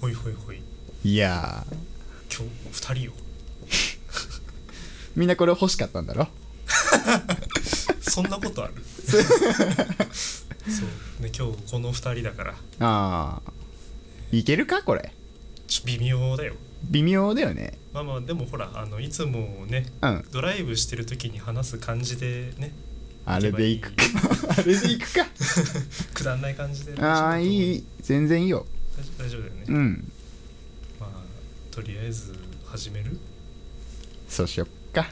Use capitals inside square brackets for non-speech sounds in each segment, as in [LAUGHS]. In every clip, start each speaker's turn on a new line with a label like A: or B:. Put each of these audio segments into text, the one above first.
A: ほいほいほい
B: いやー
A: 今日2人よ
B: みんなこれ欲しかったんだろ
A: そんなことあるそうね今日この2人だから
B: あーいけるかこれ
A: ちょ微妙だよ
B: 微妙だよね
A: まあまあでもほらあのいつもね
B: うん
A: ドライブしてる時に話す感じでね
B: あれでいくか [LAUGHS] あれでいくか
A: くだんない感じで
B: ああい
A: い
B: い全然いいよ
A: 大丈夫だよね、
B: うん
A: まあとりあえず始める
B: そうしよっか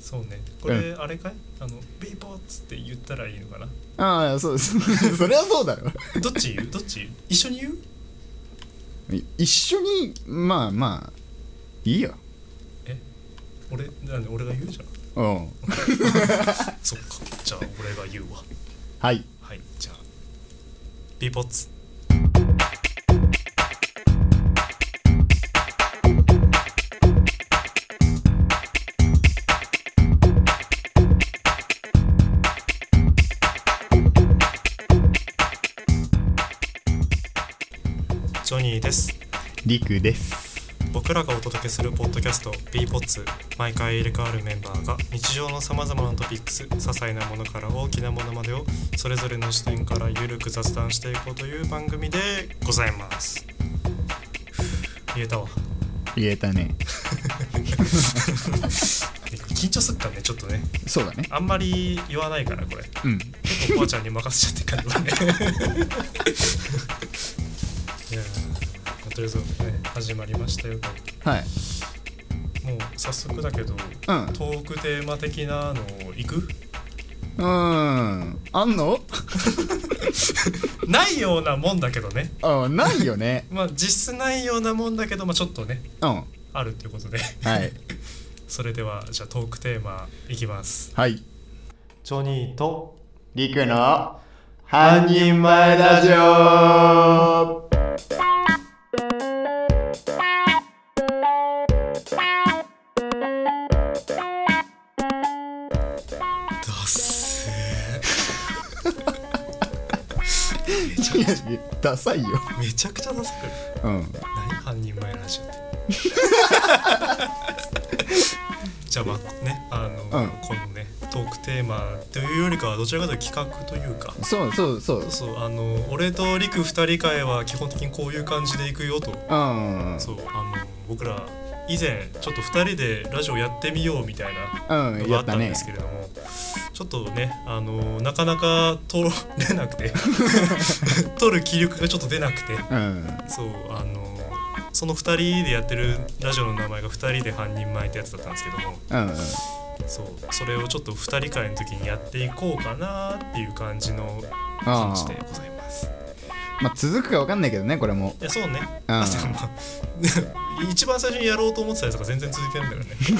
A: そうねこれ、あれかいあの「ビーポー」っつって言ったらいいのかな
B: ああそうそう [LAUGHS] それはそうだろ
A: どっち言うどっち一緒に言う
B: い一緒にまあまあいいよ
A: 俺なんで俺が言うじゃん
B: うん
A: そっかじゃあ俺が言うわ
B: はい
A: はいじゃあビーポッツジョニーです
B: りくです
A: 僕らがお届けするポッドキャスト b ポッツ毎回入れ替わるメンバーが日常のさまざまなトピックス些細なものから大きなものまでをそれぞれの視点からゆるく雑談していこうという番組でございます言えたわ
B: 言えたね
A: 緊張すっかねちょっとね
B: そうだね
A: あんまり言わないからこれ
B: うん
A: 結構コアちゃんに任せちゃってるからね [LAUGHS] いやーとりあえずね始まりましたよと
B: はい
A: もう早速だけど
B: うん
A: トークテーマ的なの行く
B: うーんあんの
A: ないようなもんだけどね
B: あないよね
A: まあ実質ないようなもんだけど、まあ、ちょっとね
B: うんは
A: あるということで [LAUGHS]
B: い
A: それではじゃあトークテーマいきます
B: はい
A: ジョニーと
B: りくの半人前ラジオ
A: ダッセー [LAUGHS]
B: い
A: めち
B: やいやダサいよ
A: ゃめちゃくちゃダサくない
B: うん
A: 何半人前ラジオって [LAUGHS] じゃあまあねあの、
B: うん
A: このねトークテーマというよりかはどちらかというと企画というか
B: そうそうそう
A: そうそうあの俺と陸2人会は基本的にこういう感じでいくよと
B: うん
A: そうあの僕ら以前ちょっと2人でラジオやってみようみたいな
B: うん
A: のが
B: や
A: あ
B: っ
A: った
B: た
A: ん
B: ね
A: ですけれども、ちょっとねあのなかなか撮れなくて [LAUGHS] 撮る気力がちょっと出なくて
B: うん
A: そうあのその2人でやってるラジオの名前が2人で半人前ってやつだったんですけども
B: うんうん
A: そうそれをちょっと2人会の時にやっていこうかなっていう感じの
B: あ
A: 感じで
B: ー
A: ございます。
B: まあ続くかわかんないけどねこれも
A: いやそうね、
B: うん
A: あでもまあ [LAUGHS] 一番最初にやろうと思ってたやつが全然続いてるんだよね
B: そ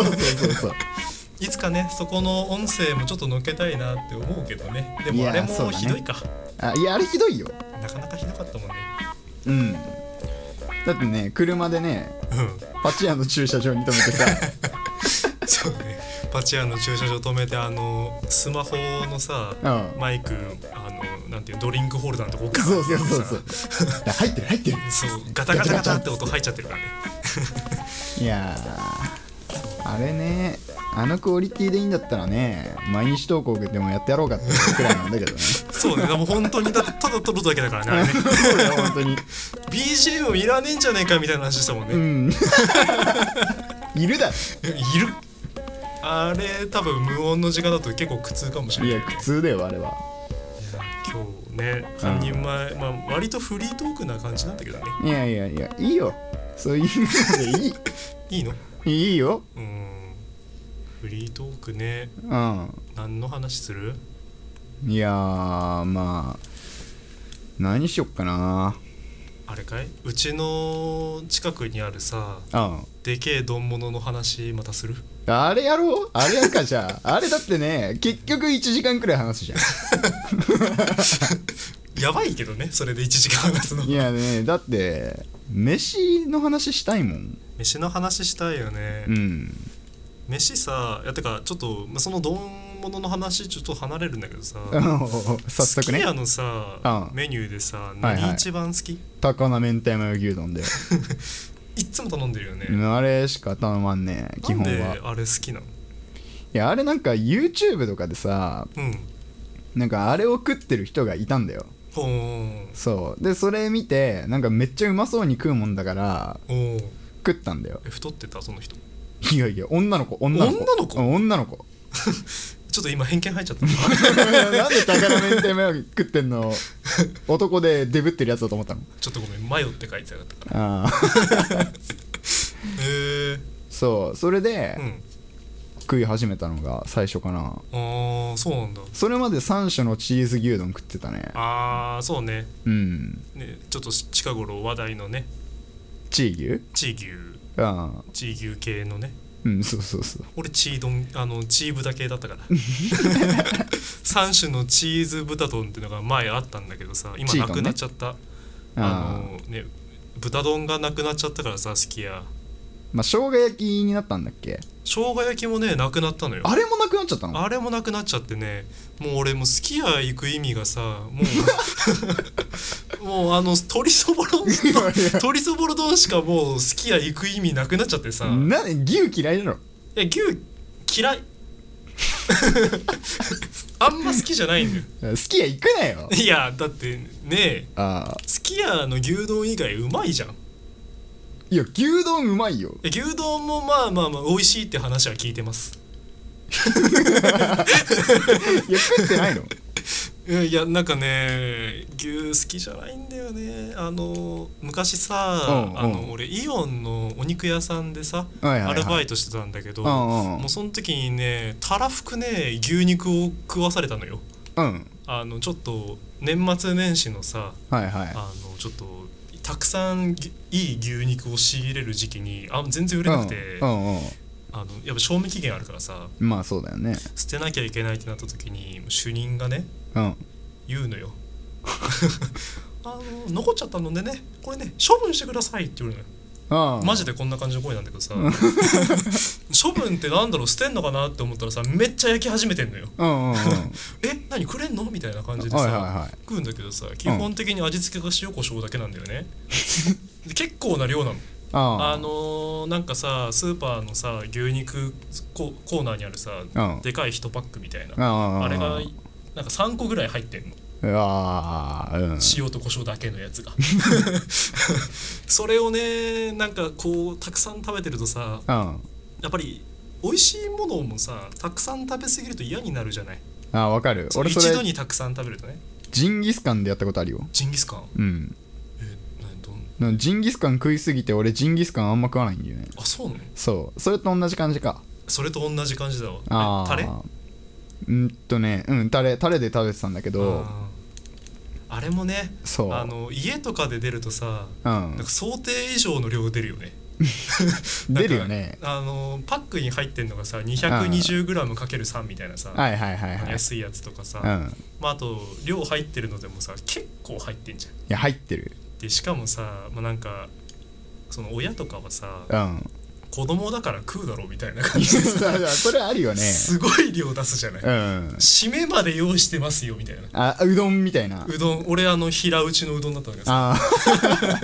B: うそうそうそう
A: いつかねそこの音声もちょっとのっけたいなって思うけどねで
B: い
A: も
B: や
A: あれ
B: そう
A: も
B: だね
A: ひどいか、
B: [LAUGHS] あいやあれひどいよ
A: なかなかひどかったもんね
B: うんだってね車でね
A: うん
B: パチ屋の駐車場に止めてさ [LAUGHS]
A: そうねパチ屋の駐車場止めてあのスマホのさ
B: うん
A: マイクあのなんていうドリンクホルダーのとこガ
B: そ
A: ー
B: う
A: ン
B: そうそうそう
A: さ
B: [LAUGHS] だ入ってる入ってる
A: そうガタガタガタって音入っちゃってるからね
B: いやーあれねあのクオリティでいいんだったらね毎日投稿でもやってやろうかってくらいなんだけどね
A: そうねもう本当にだってただ撮るだけだからねあれね
B: [LAUGHS] そうだよ本当に
A: BGM いらねえんじゃねえかみたいな話したもんね、
B: うんいるだろ
A: えいるあれ多分無音の時間だと結構苦痛かもしれ
B: い
A: ない
B: や苦痛だよあれはい
A: や今日ね半人前、まあ割とフリートークな感じなんだけどね
B: いやいやいやいいよそういうのでいい
A: いいの
B: いいよ。
A: うーんフリートークね
B: うん。
A: 何の話する
B: いやー、まあ、何しよっかな。
A: あれかいうちの近くにあるさ
B: うん。
A: でけえ丼物の話またする
B: あれやろうあれやるかじゃあ。あれだってね、結局1時間くらい話すじゃ
A: やばいけどねそれで1時間話すの
B: ん。いやね、だって、飯の話したいもん。
A: 飯の話したいよね、
B: うん。
A: 飯さいやてかちょっとまあその丼物の話ちょっと離れるんだけどさ
B: 早速
A: すき
B: ね
A: 家。のさ、
B: うん
A: メニューでさ
B: はい
A: 何一番好き、
B: 高菜明太マヨ牛丼で
A: いっつも頼んでるよね、
B: あれしか頼まんね基本
A: なん
B: は
A: であれ好きなの
B: いやあれなんか YouTube とかでさ
A: うん
B: なんかあれを食ってる人がいたんだよ
A: ほー
B: そうでそれ見てなんかめっちゃうまそうに食うもんだから
A: おー
B: 食ったんだよ
A: え太ってたその人
B: いやいや女の子女の子
A: 女の子
B: うん女の子 [LAUGHS]
A: ちょっと今偏見入っちゃった
B: なんで高菜明太マヨ食ってんの男でデブってるやつだと思ったの
A: ちょっとごめんマヨって書いてなかったか
B: ああ
A: らへえ
B: そうそれで
A: うん
B: 食い始めたのが最初かな
A: ああそうなんだ
B: それまで3種のチーズ牛丼食ってたね
A: ああそうね
B: うん
A: ねちょっとし近頃話題のね
B: チー牛
A: チー牛
B: ああ
A: チー牛系のね
B: うんそうそうそう
A: 俺チー丼あのチー豚系だったから
B: [LAUGHS]
A: 三種のチーズ豚丼っていうのが前あったんだけどさ今
B: チー
A: な
B: 丼ね
A: くなっちゃった、あ
B: ああ
A: のね豚丼がなくなっちゃったからさ好きや
B: まあ生姜焼きになったんだっけ
A: 生姜焼きもねなくなったのよ
B: あれもなくなっちゃったの
A: あれもなくなっちゃってねもう俺もうすき家行く意味がさも
B: [LAUGHS]
A: うもうあの鶏そぼろ鶏そぼろ丼しかもうすき家行く意味なくなっちゃってさい
B: な牛嫌いなの
A: や牛嫌い [LAUGHS] あんま好きじゃないん
B: [LAUGHS]
A: だよ
B: 好きや行くなよ
A: いやだってね
B: ああ
A: すき家の牛丼以外うまいじゃん
B: いや牛丼うまいよ
A: え牛丼もまあまあまあ美味しいって話は聞いてます
B: いや食ってな
A: [LAUGHS]
B: いの
A: うんいやなんかね牛好きじゃないんだよねあの昔さ、
B: うんうん
A: あの俺イオンのお肉屋さんでさ、
B: はいはいはい
A: アルバイトしてたんだけど、
B: うんうん
A: もうその時にねたらふくね牛肉を食わされたのよ
B: うん
A: あのちょっと年末年始のさ
B: はいはい
A: あのちょっとたくさんぎいい牛肉を仕入れる時期にあ全然売れなくて、
B: うんうんうん
A: あのやっぱ賞味期限あるからさ
B: まあそうだよね
A: 捨てなきゃいけないってなった時に主任がね
B: うん
A: 言うのよ [LAUGHS] あの残っちゃったのでねこれね処分してくださいって言うのよ
B: ああ
A: マジでこんな感じの声なんだけどさ [LAUGHS] 処分ってなんだろう捨てんのかなって思ったらさめっちゃ焼き始めてんのよ
B: うんうんうん
A: え何くれんのみたいな感じでさ、
B: はいはいはい
A: 食うんだけどさ基本的に味付けが塩コショウだけなんだよ
B: [LAUGHS]
A: ねで結構な量なのあ
B: あ
A: のーなんかさスーパーのさ牛肉ココーナーにあるさ、
B: うん
A: でかい1パックみたいな、
B: ああ
A: あれがなんか3個ぐらい入ってんの
B: ああうん
A: 塩と胡椒だけのや
B: [LAUGHS]
A: つがそれをねなんかこうたくさん食べてるとさ
B: うん
A: やっぱり美味しいものもさたくさん食べ過ぎると嫌になるじゃない
B: ああわかる俺そ
A: 一度
B: れ
A: にたくさん食べるとね
B: ジンギスカンでやったことあるよ
A: ジンギスカン
B: うん
A: えなどん
B: なんかジンギスカン食いすぎて俺ジンギスカンあんま食わないんだよね
A: あそうなの
B: そうそれと同じ感じか
A: それと同じ感じだわ
B: ああ
A: えタレ
B: うんとねうんタレタレで食べてたんだけ
A: あ
B: ど
A: ーあれもね
B: そう
A: あの家とかで出るとさ
B: うん
A: なんか想定以上の量出るよね
B: 出るよね
A: あのパックに入ってんのがさ 220g×3 みたいなさ、
B: はいはいはいはい
A: 安いやつとかさ、
B: うん
A: まあ、あと量入ってるのでもさ結構入ってんじゃん
B: いや入ってる
A: でしかもさ、まあ、なんかその親とかはさ
B: うん [LAUGHS]
A: 子供だから食うだろうみたいな感じでさ、
B: それあるよね
A: すごい量出すじゃない、
B: うん
A: 締めまで用意してますよみたいな
B: あうどんみたいな
A: うどん俺あの平打ちのうどんだったんだけどさ
B: あ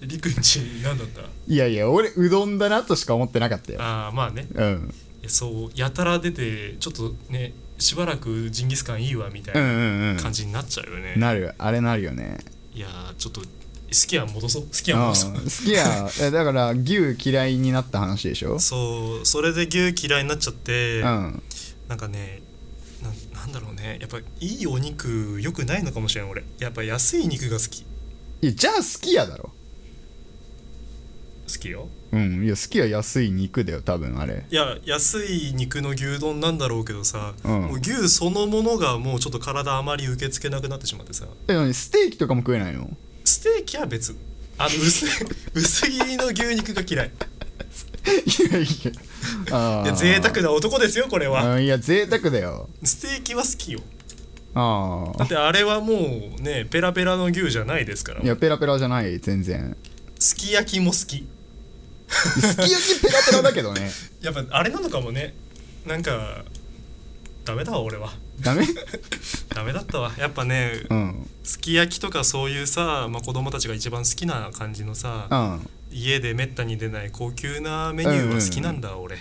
A: りくんち何だった
B: ーいやいや俺うどんだなとしか思ってなかったよ
A: ああまあね
B: うん
A: いやそうやたら出てちょっとねしばらくジンギスカンいいわみたい
B: うん
A: な
B: うん
A: 感じになっちゃうよね、
B: うんなるあれなるよね
A: いやーちょっと好きや戻そう好き
B: う
A: や
B: ん
A: 戻
B: 好
A: そう、[LAUGHS]
B: きやえだから牛嫌いになった話でしょ
A: そうそれで牛嫌いになっちゃって、
B: うん
A: なんかねななんだろうねやっぱいいお肉よくないのかもしれん俺やっぱ安い肉が好き好
B: いやじゃあ好きやだろ
A: きよ
B: うんいや好きや安い肉だよ多分あれ
A: いや安い肉の牛丼なんだろうけどさ、
B: うん
A: もう牛そのものがもうちょっと体あまり受け付けなくなってしまってさ
B: え何ステーキとかも食えないの [LAUGHS]
A: ステーキは別あの薄 [LAUGHS] い薄切りの牛肉が嫌い
B: いやいやあ
A: いや
B: あ
A: 贅沢な男ですよこれは
B: うんいや贅沢だよ
A: ステーキは好きよ
B: あ
A: だってあれはもうねペラペラの牛じゃないですから
B: あいやペラペラじゃない全然
A: すき焼きも好き [LAUGHS]
B: すき焼きペラペラだけどね
A: やっぱあれなのかもねなんかダメだわ俺は
B: ダメ
A: ダメだったわやっぱね
B: うん
A: すき焼きとかそういうさ、まあ、子供たちが一番好きな感じのさ
B: うん
A: 家でめったに出ない高級なメニューは好きなんだ、俺
B: い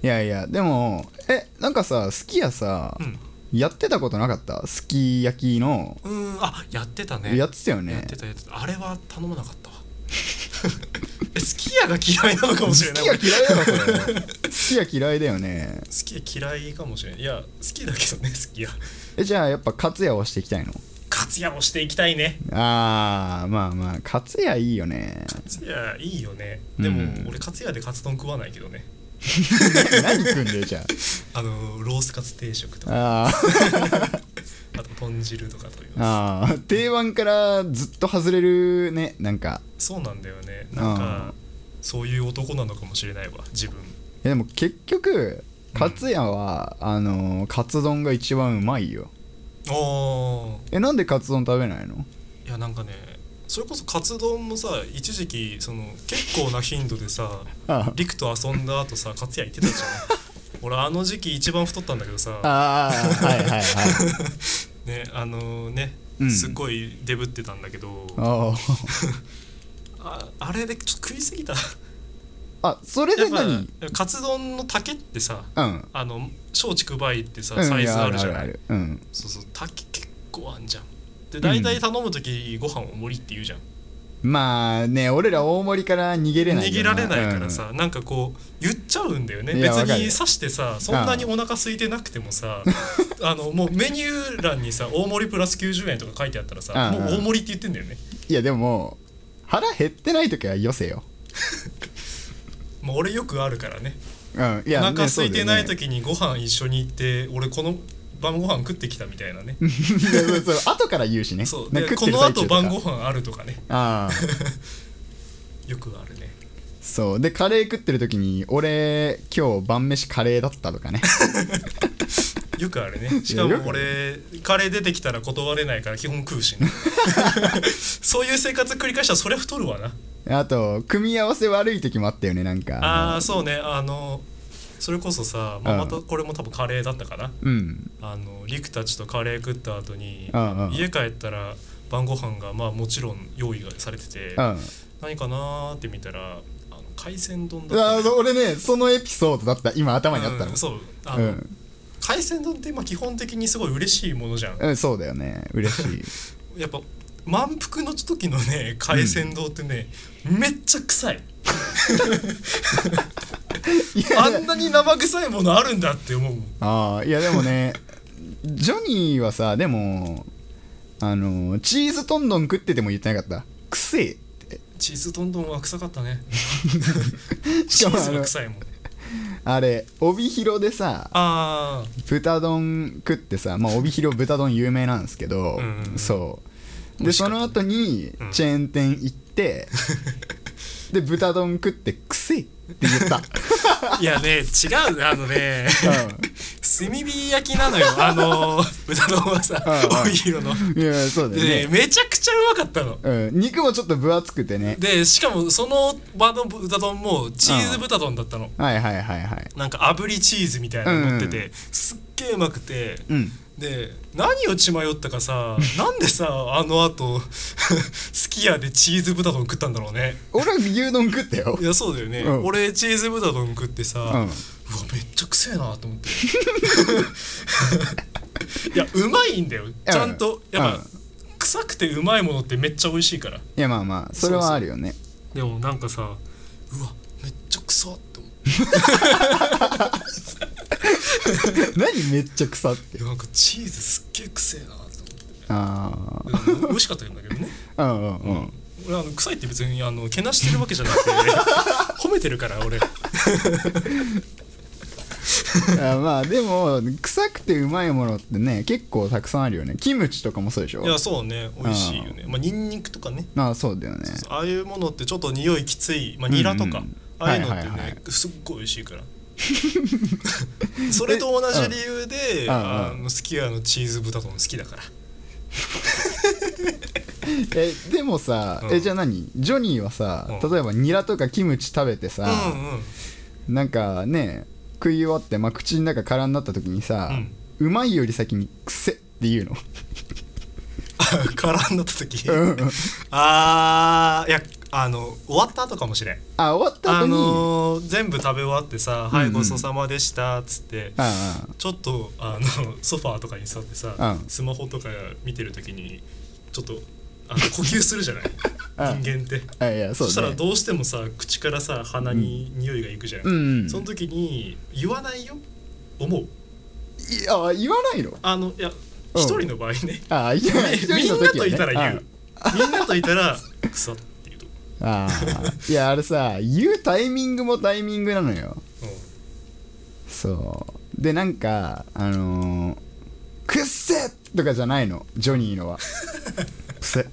B: やいやでもえなんかさすき家さ、
A: うん
B: やってたことなかったすき焼きの
A: うーんあやってたね
B: やってたよ
A: や
B: ね
A: ってたやってたあれは頼まなかったわ [LAUGHS] えすき家が嫌いなのかもしれ
B: す
A: ない
B: き家嫌いだろそれすき家嫌いだよね
A: 好き嫌いかもしれないいや好きだけどね好きや
B: えじゃあやっぱ勝也をしていきたいの
A: 活躍をしていきたいね
B: あーまあまあ勝也いいよね
A: 活躍いいよねでも、
B: うん
A: 俺活躍でカツ丼食わないけどね
B: 何食うんだよじゃ
A: あのロースカツ定食とか
B: ああー
A: あと豚汁とかという
B: あー定番からずっと外れるねなんか
A: そうなんだよねなん
B: あー
A: かそういう男なのかもしれないわ自分
B: いやでも結局勝也は、あのーカツ丼が一番うまいよ
A: ああ
B: えなんでカツ丼食べないの
A: いやなんかねそれこそカツ丼もさ一時期その結構な頻度でさ
B: あ
A: 陸と遊んだ後さ勝也行ってたじゃ
B: [LAUGHS]
A: ん俺あの時期一番太ったんだけどさ
B: あーはい
A: [LAUGHS]
B: はいはい
A: ねあのね、
B: うん
A: すっごいデブってたんだけど
B: おー
A: ああれでちょっと食いす
B: [LAUGHS]
A: ぎた
B: あそれ
A: や
B: で
A: っぱ
B: 何
A: カツ丼の竹ってさ
B: うん
A: あの松竹梅ってさ
B: うん
A: サイズ
B: や
A: あるじゃない、
B: るあるうん
A: そうそう竹結構あんじゃんで大体頼む時ご飯を盛りって言うじゃん、
B: まあね俺ら大盛りから逃げれない
A: 逃げられないからさ、なんかこう言っちゃうんだよね
B: い
A: 別
B: やわかる
A: に刺してさそんなにお腹空いてなくてもさ [LAUGHS] あのもうメニュー欄にさ大盛りプラス90円とか書いてあったらさ
B: う
A: も
B: んうん
A: う大盛りって言ってんだよね
B: いやでも腹減ってない時はよせよ
A: もう俺よくあるからね
B: うん
A: お
B: いや
A: 腹空いてない
B: ね
A: 時にご飯一緒に行って俺この晩ご飯食ってきたみたいなね
B: そうだよねい [LAUGHS] やそうそう後から言うしね
A: そう
B: なん
A: で
B: か食
A: こ
B: ってる
A: の
B: 最中
A: 後
B: とか
A: 晩ご飯あるとかね
B: ああ
A: よくあるね
B: そうでカレー食ってる時に俺今日晩飯カレーだったとか
A: [LAUGHS]
B: ね
A: よくあるねしか
B: [LAUGHS] いやよ
A: も
B: くあ
A: 俺カレー出てきたら断れないから基本食うし
B: [LAUGHS]
A: ねそういう生活繰り返したらそりゃ太るわな
B: あと組み合わせ悪い時もあったよねなんか
A: あーそうねあのそれこそさ、まあ、
B: う
A: ま
B: ん
A: たこれも多分カレーだったかな、
B: うん
A: あのリクたちとカレー食った後に、
B: うんうん
A: 家帰ったら晩ご飯がまあもちろん用意がされてて、
B: うんあ
A: 何かなーって見たらあの海鮮丼だったね、
B: ーそう俺ねそのエピソードだった今頭にあったの
A: うん、そうあ
B: う
A: の、
B: ん
A: 海鮮丼ってまあ基本的にすごい嬉しいものじゃん
B: うんそうだよね嬉しい
A: やっぱ満腹の時のね海鮮丼ってね、めっちゃ臭い
B: い
A: [LAUGHS]
B: や
A: あんなに生臭いものあるんだって思うもん
B: ああいやで
A: [LAUGHS]
B: もねジョニーはさでもあのチーズトンドン食ってても言ってなかったくせえって
A: チーズどんどんは臭かったね
B: し
A: チ
B: かも
A: ー
B: あ
A: ズが
B: の
A: 臭いもん
B: あれ帯広でさ
A: あ
B: 豚丼食ってさ、まあ、帯広豚丼有名なんですけど、
A: うんうんうん
B: そう
A: 美
B: で
A: 味しか
B: そ
A: ったね
B: の後に
A: うん
B: チェーン店行
A: [LAUGHS]
B: って、で豚丼食ってくせえって言
A: [LAUGHS]
B: った、
A: あいやね違うあのね
B: う
A: 炭火焼きなのよあの豚丼はさ
B: うんうん
A: 帯広の
B: ん、いやそうだよ
A: でね
B: ね
A: めちゃくちゃうまかったの
B: うん、肉もちょっと分厚くてね
A: でしかもその場の豚丼もチーズ豚丼だったの
B: はいはいはいはい
A: なんか炙りチーズみたいなの乗ってて、すっげえうまくて
B: うん
A: で何を血迷ったかさなんでさあのあと [LAUGHS] すき家でチーズ豚丼食ったんだろうね
B: 俺は牛丼食ったよ
A: いやそうだよね、
B: うん
A: 俺チーズ豚丼食ってさ、
B: ん
A: うわめっちゃくせえなと思って [LAUGHS] いやうまいんだよちゃんとやっぱ、臭くてうまいものってめっちゃ美味しいから
B: いやまあまあそれはあるよね
A: でもなんかさうわめっちゃ臭って思って
B: [LAUGHS] 何めっちゃ腐って
A: いやなんかチーズすっげえくせえなと思って
B: あ
A: うん美味しかったんだけどね [LAUGHS]
B: あうんうんうん
A: 俺あの臭いって別にあのけなしてるわけじゃなくて [LAUGHS] 褒めてるから俺
B: あまあでも臭くてうまいものってね結構たくさんあるよねキムチとかもそうでしょ
A: いやそうね美味しいよねまあニンニクとかね
B: まあそうだよね
A: ああいうものってちょっと匂いきついまあニラとか、
B: うんうん
A: ああいうのってね、
B: はいはいはい
A: すっごい美味しいから [LAUGHS] それと同じ理由で、
B: うんうん
A: あのすき家のチーズ豚丼好きだから
B: [LAUGHS] えでもさ、
A: うん
B: えじゃあ何ジョニーはさ、
A: うん
B: 例えばニラとかキムチ食べてさ、
A: うんうん
B: なんかね食い終わって、まあ、口の中空になった時にさ、
A: うん
B: うまいより先に「くせ」って言うの
A: [LAUGHS] 絡んだ時
B: うんうん
A: あーいやあの終わった後かもしれん
B: あ終わった
A: あ
B: 後に、
A: のー全部食べ終わってさ「は
B: う
A: い
B: んうん
A: ごちそうさまでした」っつって
B: あ
A: ちょっとあのソファーとかに座ってさ
B: うん
A: スマホとか見てる時にちょっとあの呼吸するじゃない
B: [LAUGHS] うん
A: 人間って
B: ああいや
A: そ
B: そ
A: うしたら
B: ね
A: どうしてもさ口からさ鼻に匂いがいくじゃん、
B: うんうん
A: その時に言わないよ思う
B: いやあ言わないの
A: あのいや
B: うん
A: 一人の場合ね、
B: ああいや一
A: み
B: 人の
A: んなと
B: 時は、ね、
A: いたら言
B: あ
A: うみんなといたら「草」っていうと、
B: ああいやあれさ言うタイミングもタイミングなのよ
A: う
B: そうでなんかあのー「くっせ!」とかじゃないのジョニーのは
A: [LAUGHS]
B: 「くせ」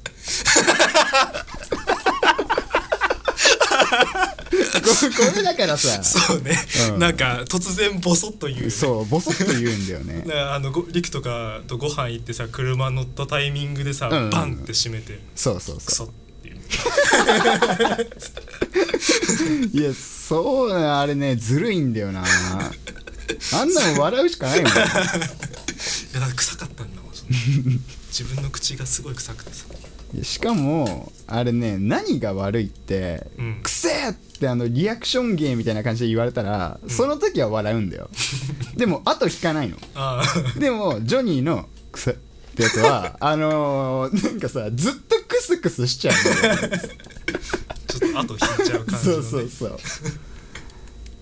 B: ここれだからさ
A: ん、そうね、
B: うん
A: なんか突然ボソッと言う、ね、
B: そうボソッと言うんだよね
A: だからあのごリクとかとご飯行ってさ車乗ったタイミングでさ、
B: うん
A: バンって閉めて
B: そうそ
A: 「
B: う
A: ク
B: そ
A: ソ」っていう
B: ういやそうなあれねずるいんだよなあんなの笑うしかないもん
A: いやだから臭かったんだもんそ
B: [LAUGHS]
A: の自分の口がすごい臭くてさ
B: いやしかもあれね何が悪いって「
A: うん
B: くせえ!」ってあのリアクション芸みたいな感じで言われたら、その時は笑うん
A: [LAUGHS]
B: だよでもあと引かないの
A: あ [LAUGHS] あ
B: でもジョニーの「くせえ!」ってやつ
A: [LAUGHS]
B: はあのー、なんかさずっとクスクスしちゃうんだよね
A: ちょっと後引いちゃう感じの、
B: そ
A: ね、
B: うそうそう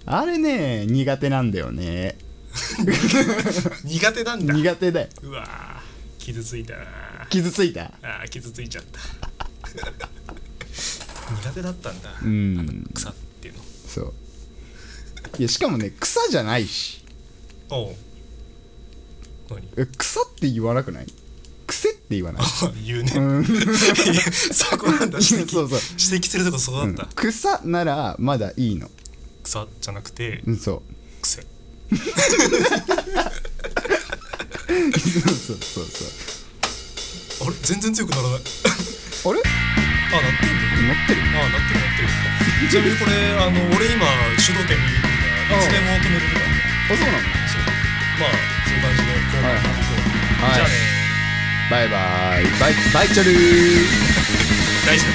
B: あれね苦手なんだよね
A: 苦手なんだ
B: 苦手だよ
A: うわー傷ついたな
B: 傷ついた
A: あー傷ついちゃった苦手だったんだ
B: うん
A: 草っていうの
B: そういやしかもね草じゃないし
A: おう何 [LAUGHS]
B: え草って言わなくない癖って言わない
A: 言うね、
B: うん
A: [LAUGHS] そこなんだ指摘
B: そうそう
A: 指摘するとこそこだった、
B: うん草ならまだいいの
A: 草じゃなくて
B: うんそ
A: 癖
B: うそうそうそ
A: あれ全然強くならない
B: うあれ
A: あなってんの
B: 持ってる
A: ああなってるなってるちなみにこれあの俺今主導権握ってるからいつでも止めれるから
B: あそうな
A: そう
B: の
A: まあそういう感じでこう、
B: はいはい
A: こう
B: はい
A: じゃあね
B: バイバイバイバイチョルー
A: 大事だ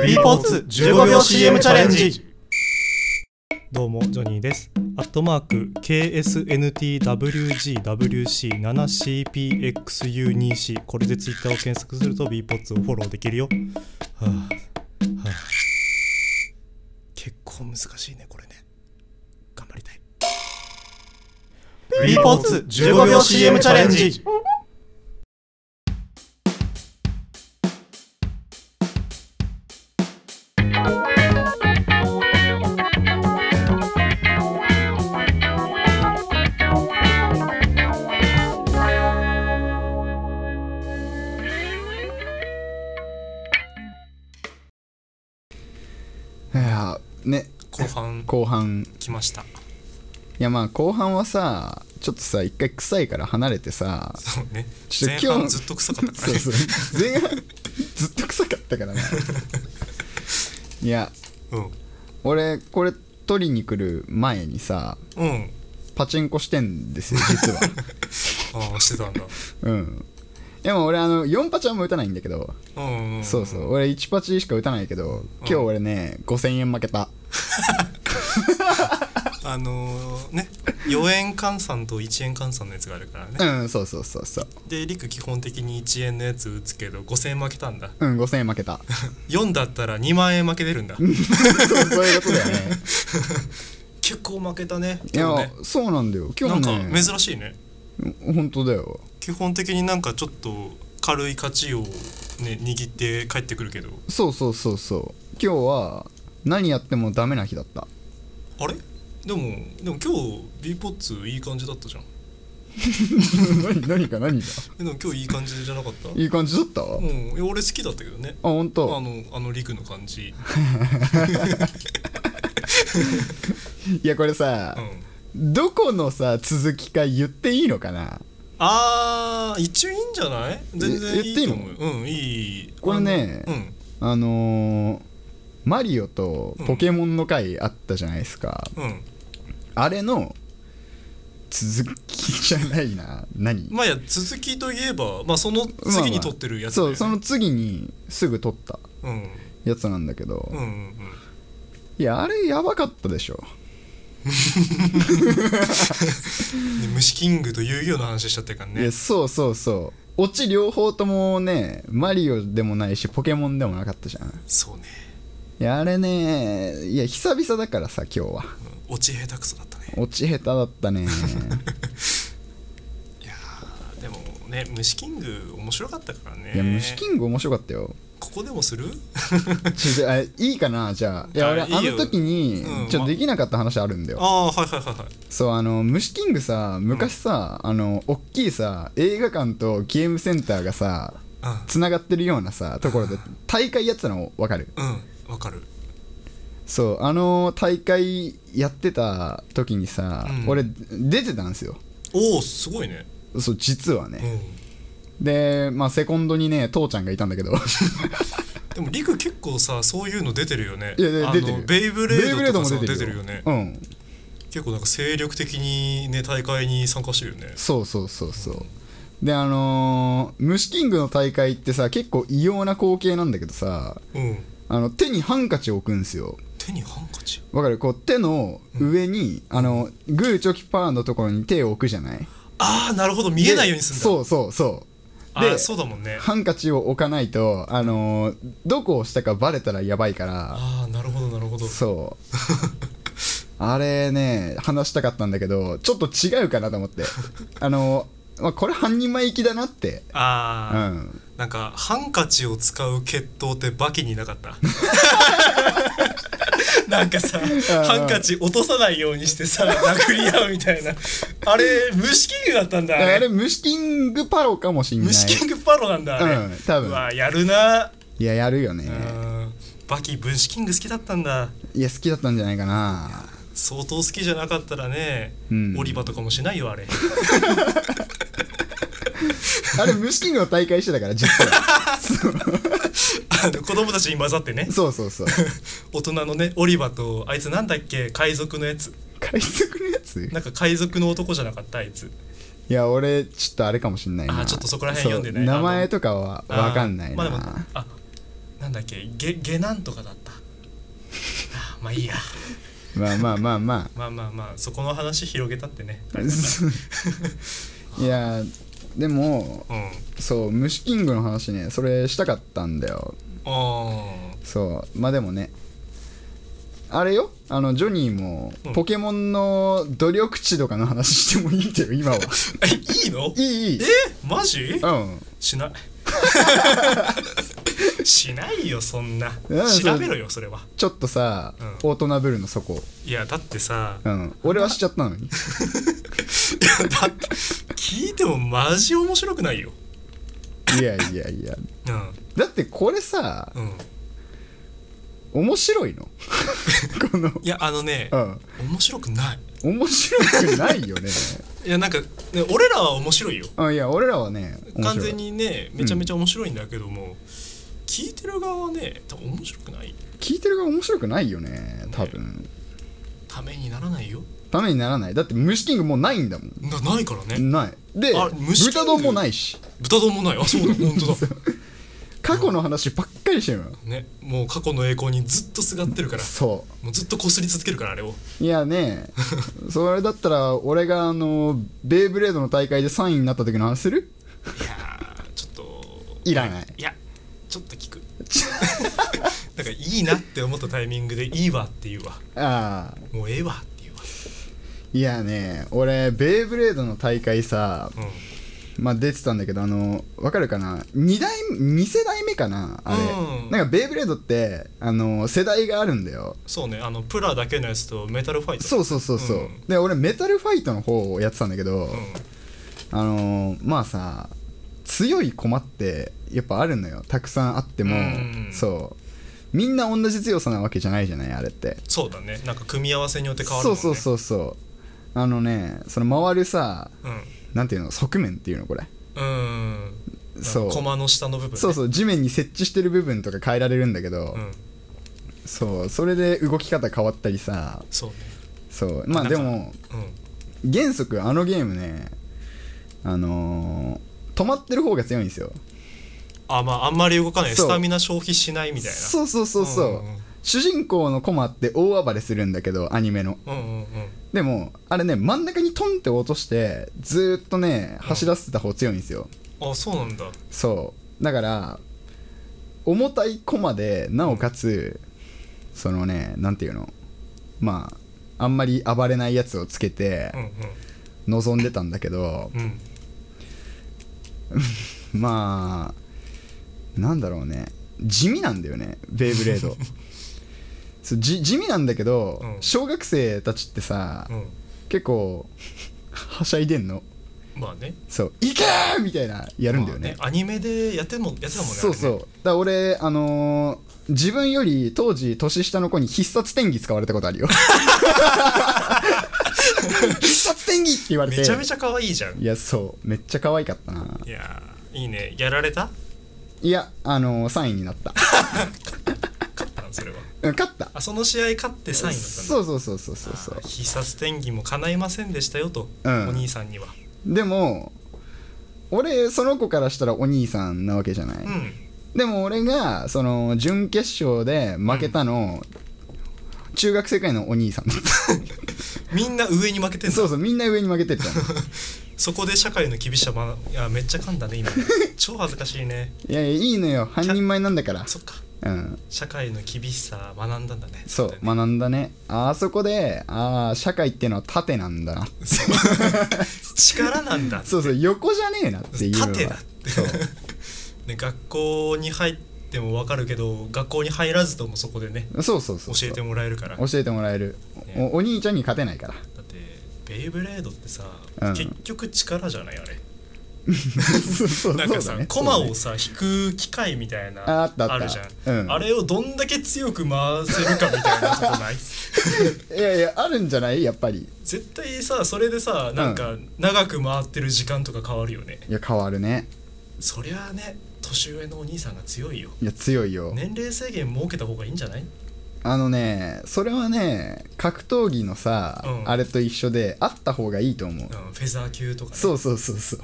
A: な
C: リポーツ15秒 CM チャレンジ
A: どうもジョニーです。アットマーク KSNTWGWC7CPXU2C これでツイッターを検索すると B ポッツをフォローできるよ。はあはあ、結構難しいねこれね。頑張りたい。
C: リポーツ15秒 CM チャレンジ
B: いやね
A: 後半
B: 後半
A: 来ました。
B: いやまあ後半はさちょっとさ一回臭いから離れてさ
A: そうね。
B: ちょ
A: 前
B: っと今日
A: 半ずっと臭かったか
B: そ
A: ら
B: う
A: ね。
B: そう前半ずっと臭かった [LAUGHS] からねいや俺これ取りに来る前にさ
A: うんうん。
B: パチンコしてんですよ実は
A: ああしてたんだ。
B: うんいやもう俺あの4パチはもう打たないんだけど
A: うん、うん。
B: そうそう俺1パチしか打たないけど今日俺ね5000円負けた
A: あのー、ね4円換算と1円換算のやつがあるからね、
B: うんそうそうそうそう
A: でリク基本的に1円のやつ打つけど5000円負けたんだ
B: うん5000円負
A: [LAUGHS]
B: けた
A: 4だったら2万円負けてるんだ
B: そうそういうことだよね
A: 結構負けたね
B: いや
A: 今日ね
B: そうなんだよ今
A: なん
B: 日
A: か
B: ね
A: 珍しいね
B: 本当だよ
A: 基本的になんかちょっと軽い勝ちをね握って帰ってくるけど
B: そうそうそうそう今日は何やってもダメな日
A: [LAUGHS]
B: だった
A: あれでもでも今日 B ポッツいい感じだったじゃん
B: 何何か何か
A: えでも今日いい感じじゃなかった
B: いい感じだったあ
A: うんいや俺好きだったけどね
B: 本
A: あ
B: 当
A: のあのリクの感じ
B: いやこれさ
A: うん
B: どこのさ続きか言っていいのかな
A: あー一応いいんじゃない全然いいと思
B: え言っ
A: ううんいい
B: これね
A: あのうん
B: あのーマリオとポケモンの回あったじゃないですか、
A: うん
B: あれの続きじゃないな何
A: まあいや続きといえば、まあ、その次に撮ってるやつ、ね
B: そうその次にすぐ撮った
A: うん
B: やつなんだけど、
A: うんうんうん
B: いやあれやばかったでしょ
A: で虫キングと遊戯王の話しちゃってるから
B: い
A: ね
B: やそうそうそうオチ両方ともねマリオでもないしポケモンでもなかったじゃん
A: そうね
B: いやあれねいや久々だからさ今日は
A: うん落ち下手くそだったね
B: オチ下手だっ
A: [LAUGHS]
B: たね
A: いやーでもね虫キング面白かったからね
B: いや虫キング面白かったよ
A: ここでもする
B: ちょあいいかなじゃあいや
A: あ
B: 俺
A: いいよ
B: あの時に
A: うん
B: ちょっ
A: ま
B: とできなかった話あるんだよ
A: ああーはいはいはいはい
B: そうあの虫キングさ昔さ、あのおっきいさ映画館とゲームセンターがさ
A: あ
B: つながってるようなさところで大会やってたの分かる
A: うんわかる
B: そうあの大会やってた時にさ、
A: うん
B: 俺出てたんですよ
A: おおすごいね
B: そう実は
A: う
B: ね、
A: ん
B: でまあセコンドにね父ちゃんがいたんだけ
A: [LAUGHS]
B: ど
A: でもリク結構さそういうの出てるよね
B: いやいや
A: あ
B: 出てる
A: のベイブレ
B: ベイブ
A: ー
B: レー
A: ド
B: ド
A: とかさ
B: も出
A: 出
B: て
A: て
B: るよ
A: るよね
B: うん
A: 結構なんか精力的にね大会に参加してるよね
B: そうそうそうそうであのー虫キングの大会ってさ結構異様な光景なんだけどさ
A: うん
B: あの手にハンカチを置くんですよ
A: 手にハンカチ
B: わかるこう手の上に、あのグーチョキパーのところに手を置くじゃない
A: ああなるほど見えないようにするんだ
B: そうそうそう
A: あ
B: で
A: あそうだもんね
B: ハンカチを置かないとあのーどこをしたかバレたらやばいから
A: ああなるほどなるほど
B: そう
A: [LAUGHS]
B: あれね話したかったんだけどちょっと違うかなと思ってあのー、まあ、これ半人前行きだなってう
A: ああ、
B: ん
A: なんかハンカチを使う決闘ってバキになかった
B: [LAUGHS]
A: なんかさハンカチ落とさないようにしてさ殴り合うみたいなあれ虫キングだったんだ
B: あれ虫キングパロかもしんない
A: 虫キングパロなんだあれ、
B: うん多分
A: うわやるない
B: ややるよね
A: うんバキ虫キング好きだったんだ
B: いや好きだったんじゃないかな
A: 相当好きじゃなかったらね、
B: うん
A: オリバとかもしないよあれ [LAUGHS]
B: あれ虫キングの大会してたから
A: [LAUGHS]
B: 実は
A: あの子供たちに混ざってね
B: そうそうそう
A: 大人のねオリバとあいつなんだっけ海賊のやつ
B: 海賊のやつ
A: なんか海賊の男じゃなかったあいつ
B: いや俺ちょっとあれかもしんないな
A: あちょっとそこら辺読んでない
B: そう名前とかは
A: あー
B: 分かんないな、
A: まあでもあなんだっけゲゲなんとかだったあまあいいや
B: まあまあまあま
A: まあまあまあそこの話広げたってね
B: あ
A: [LAUGHS]
B: いやでも
A: うんあ
B: そう虫キングの話ねそれしたかったんだよ
A: あ
B: そうまあでもねあれよあのジョニーも
A: うん
B: ポケモンの努力値とかの話してもいいんだよ今
A: [LAUGHS]
B: は
A: えいいの
B: いいいい
A: えマジ
B: う
A: し
B: [LAUGHS]
A: ないしないよそんな
B: うんそう
A: 調べろよそれは
B: んちょっとさ、
A: う
B: 大人ぶるのそこ
A: いやだってさ [LAUGHS]
B: うん俺はしちゃったのに
A: いやだって聞いてもマジ面白くないよ
B: いやいやいや
A: うん
B: だってこれさ
A: うん
B: 面白いのこの
A: いやあのね面白くない
B: うん面白くない
A: [LAUGHS]
B: よね
A: いやなんか、ね、俺らは面白いよ
B: あいや俺らはね面白い
A: 完全にねめちゃめちゃ面白いんだけども、聞いてる側はね多分面白くない
B: 聞いてる側面白くないよね多分
A: ためにならないよ
B: ためにならないだって虫キングもうないんだもん
A: なないからね
B: ないで
A: あ虫キング
B: 豚丼もないし
A: 豚丼もないあそうだ本当
B: [LAUGHS]
A: だ
B: 過去の話ばっかりしてるのよ
A: ねもう過去の栄光にずっとすがってるから
B: そ
A: もうずっとこすり続けるからあれを
B: ういやね [LAUGHS] それだったら俺があのベイブレードの大会で3位になった時の話する
A: いやーちょっと
B: いらない
A: いやちょっと聞く [LAUGHS] なんかいいなって思ったタイミングでいいわって言うわ
B: ああ
A: もうええわって言うわ
B: いやね俺ベイブレードの大会さ
A: うん
B: まあ出てたんだけどあのわかるかな2代2世代目かなあれ、
A: うん
B: なんかベイブレードってあの世代があるんだよ
A: そうねあのプラだけのやつとメタルファイト
B: そうそうそうそう、
A: うん
B: で俺メタルファイトの方をやってたんだけど、
A: うん
B: あのーまあさ強い駒ってやっぱあるのよたくさんあっても、
A: うん
B: そうみんな同じ強さなわけじゃないじゃないあれって、
A: そうだねなんか組み合わせによって変わる
B: そ
A: も、
B: うん
A: ね、
B: そうそうそうあのねその回るさ
A: うん
B: なんていうの側面っていうのこれ
A: うーん
B: そう
A: コマの下の部分、ね、
B: そうそう地面に設置してる部分とか変えられるんだけど、
A: ん、
B: そうそれで動き方変わったりさ
A: そうね
B: そうまあ
A: なん
B: で
A: か
B: も
A: うん
B: 原則あのゲームねあのー止まってる方が強いんですよ
A: あまああんまり動かない
B: そう
A: スタミナ消費しないみたいな
B: そうそうそうそう、
A: んん
B: 主人公のコマって大暴れするんだけどアニメの
A: うんうんうん
B: でもあれね真ん中にトンって落としてずーっとね走らせてた方強いんですよ、
A: あそうなんだ
B: そうだから重たいコマでなおかつそのねなんていうのまああんまり暴れないやつをつけて
A: うん
B: 望んでたんだけど
A: うんうん
B: まあなんだろうね地味なんだよねベイブレー
A: [LAUGHS]
B: ドそうじ地味なんだけど、
A: うん
B: 小学生たちってさ、
A: うん
B: 結構はしゃいでんの
A: まあね
B: そう「いけー!」みたいなやるんだよね,、
A: まあアニメでやってもやってたもんね
B: そうそう
A: あれ
B: だ
A: ね
B: から俺あのー自分より当時年下の子に必殺転技使われたこと
A: [LAUGHS]
B: あるよ必殺転技って言われて
A: めちゃめちゃ可愛いじゃん
B: いやそうめっちゃ可愛かったない
A: やーいいねやられた
B: いやあのー、3位になった
A: 勝ったのそれは
B: うん勝った
A: あその試合勝って3位だったんだ
B: そうそうそうそうそうそう
A: 必殺転技も叶いませんでしたよと、
B: うん
A: お兄さんには
B: でも俺その子からしたらお兄さんなわけじゃない、
A: うん
B: でも俺がその準決勝で負けたの、中学生くらいのお兄さんだ [LAUGHS] った
A: みんな上に負けてんだ
B: そ
A: そう
B: そうみんな上に負け
A: [LAUGHS]
B: てったの
A: こで社会の厳しさ、ま、いやめっちゃ噛んだね今超恥ずかしいね
B: いやいやいいの
A: [LAUGHS]
B: よ半人前なんだから
A: そっか
B: うん
A: 社会の厳しさ学んだんだね
B: そう
A: だね
B: 学んだねああそこでああ社会ってのは縦なんだな
A: そう [LAUGHS] 力なんだ
B: そうそう横じゃねえなっていうのは
A: 縦だって
B: そう
A: [LAUGHS] ね、学校に入っても分かるけど学校に入らずともそこでね
B: そうそうそ
A: 教
B: うそう
A: えてもらえるからだ
B: 教えてもらえる
A: ね
B: おお兄ちゃんに勝てな
A: [LAUGHS]
B: いから
A: ってベイブレードってさ、
B: うん
A: 結局力じゃないあれ
B: そうそう
A: なんかさ、
B: そうだね
A: コマをさ引く機械みたいな
B: ああったあった
A: るじゃん、
B: うん
A: あれをどんだけ強く回せるかみたいなこと
B: [LAUGHS]
A: ない
B: いやいやあるんじゃないやっぱり
A: 絶対さそれでさなんか長く回ってる時間とか変わるよね
B: いや変わるね
A: そりゃあね年上のお兄さんが強いよ
B: いや強いよ、
A: 年齢制限設けた方がいいんじゃない
B: あのねそれはね格闘技のさ、
A: うん
B: あれと一緒であった方がいいと思う、
A: うんフェザー級とかね
B: そうそうそうそう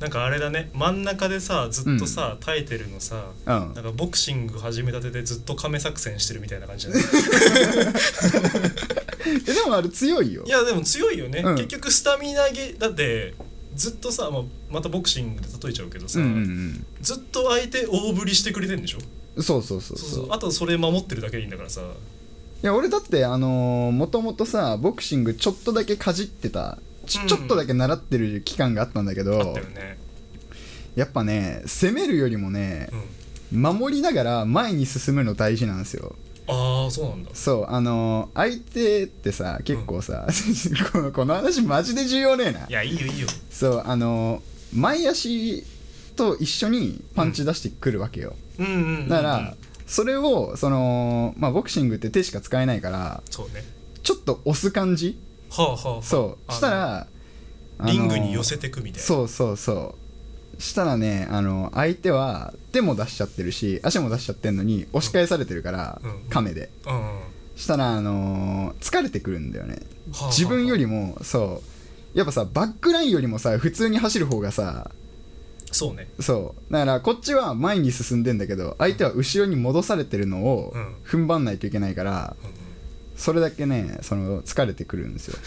A: なんかあれだね真ん中でさずっとさ、耐えてるのさ、
B: うん
A: なんかボクシング始めたてでずっと亀作戦してるみたいな感じじゃない
B: [LAUGHS] えでもあれ強いよ
A: いやでも強いよね、
B: うん
A: 結局スタミナゲだってずっとさ、まあ、またボクシングで例えちゃうけどさ、
B: うんうん
A: ずっと相手大振りしてくれてんでしょ
B: うんそうそうそう
A: そう
B: そう
A: そうあとそれ守ってるだけでいいんだからさ
B: いや俺だってあのー、もともとさボクシングちょっとだけかじってたち,、
A: うん
B: ちょっとだけ習ってる期間があったんだけ
A: あっ
B: ど
A: たよね
B: やっぱね攻めるよりもね
A: うん
B: 守りながら前に進むの大事なんですよ
A: ああそうなんだ
B: そうあのー、相手ってさ結構さ、 [LAUGHS] このこの話マジで重要ねえない
A: やいいよいいよ
B: そうあの前足と一緒にパンチ出してくるわけよ、
A: うんうんうん、うん、
B: だからそれをその、まあ、ボクシングって手しか使えないから
A: そうね
B: ちょっと押す感じ
A: はあはあはあ
B: そうしたら
A: あのリングに寄せてくみたいなう
B: そうそうそうしたらねあの相手は手も出しちゃってるし足も出しちゃってるのに押し返されてるから、
A: うん
B: 亀で
A: うんうん、はあは
B: したらあの疲れてくるんだよね
A: あはあ
B: 自分よりもそうやっぱさバックラインよりもさ普通に走る方がさ
A: そうね
B: そうだからこっちは前に進んでんだけど相手は後ろに戻されてるのを
A: うん
B: 踏ん張んないといけないから
A: うんうん
B: それだけねその疲れてくるんですよ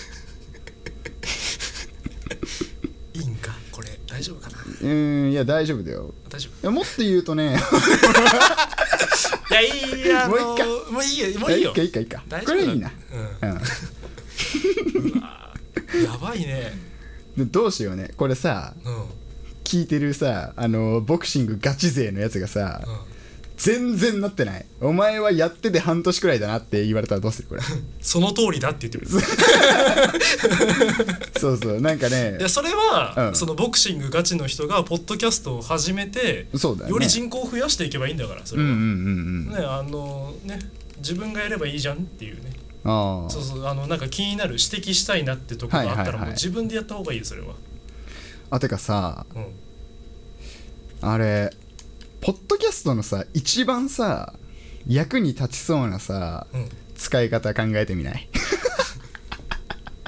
A: いいんかこれ大丈夫かな
B: うーんいや大丈夫だよ
A: 大丈
B: [LAUGHS]
A: 夫
B: いやもっと言うとね
A: いやいいやあの
B: もういいか
A: もういいよもういいよ
B: [LAUGHS] いやいいかいいかいいか
A: 大
B: こ
A: 丈夫だ
B: れいいな、
A: うん、うわやばいね
B: うん、でどうしようねこれさ
A: うんうん
B: 聞いてるさあのボクシングガチ勢のやつがさ全然なってないお前はやってて半年くらいだなって言われたらどうす
A: [LAUGHS]
B: るこれ
A: その通りだって言ってる
B: そうそうなんかね
A: いやそれは、
B: うん
A: そのボクシングガチの人がポッドキャストを始めて
B: そうだよね
A: より人口を増やしていけばいいんだからそ
B: うん
A: れ
B: う
A: は、ねあ
B: んうんうん
A: のね自分がやればいいじゃんっていうね
B: ああ
A: そうそうあのなんか気になる指摘したいなってとこがあったら、
B: はいはいはい
A: もう自分でやった方がいいよそれは、
B: あてかさ
A: うん、
B: あれポッドキャストのさ一番さ役に立ちそうなさ、
A: うん
B: 使い方考えてみない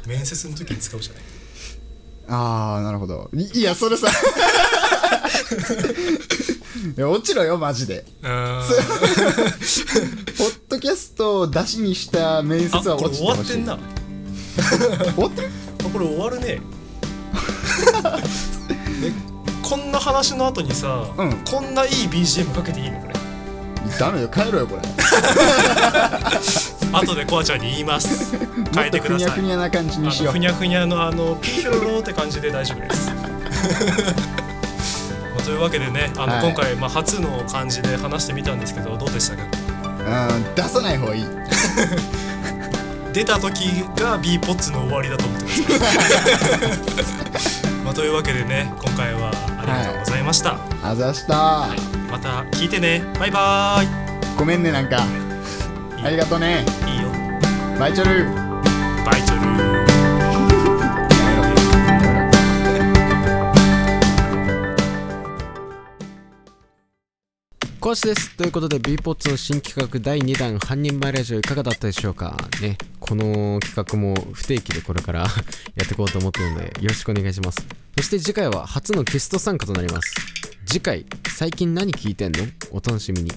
A: 面接の時に使うじゃない
B: ああなるほどいいやそれ [LAUGHS] さいや落ちろよマジで
A: あ
B: ポッドキャストを出しにした面接
A: ーあ
B: は
A: こ
B: 落
A: れ
B: ち
A: 終
B: て
A: わ
B: ほ
A: っ
B: してい
A: んなあ
B: 終わってる
A: これ終わる
B: [LAUGHS]
A: ねえこんな話の後にさ、
B: うん
A: こんないい BGM かけていいのこれ
B: ダメよ帰ろうよこれ
A: 後でコアちゃんに言い
B: [LAUGHS]
A: ます変えてくだ
B: もっと
A: さい
B: ふにゃふにゃな感じ
A: あの
B: にしよう
A: ふにゃふにゃのあのピーヒョロローって感じで大丈夫
B: [LAUGHS]
A: です。まあというわけでね、あの、
B: はい
A: 今回まあ初の感じで話してみたんですけどどうでしたか。
B: うん出さない方がいい
A: 出た時が B ポッツの終わりだと思ってく
B: [LAUGHS]
A: ださ [LAUGHS] い。まあというわけでね、今回はありがとうございました。
B: あざした
A: また聞いてね。バイバー
B: ごめんねなんか
A: い
B: ありがとうね
A: イ。いいよ。
B: バイチョル
A: バイチョル
D: 講師ですということで b ポッツの新企画第2弾「半人前ラジオ」いかがだったでしょうかねこの企画も不定期でこれから [LAUGHS] やっていこうと思ってるのでよろしくお願いしますそして次回は初のゲスト参加となります次回最近何聞いてんのお楽しみに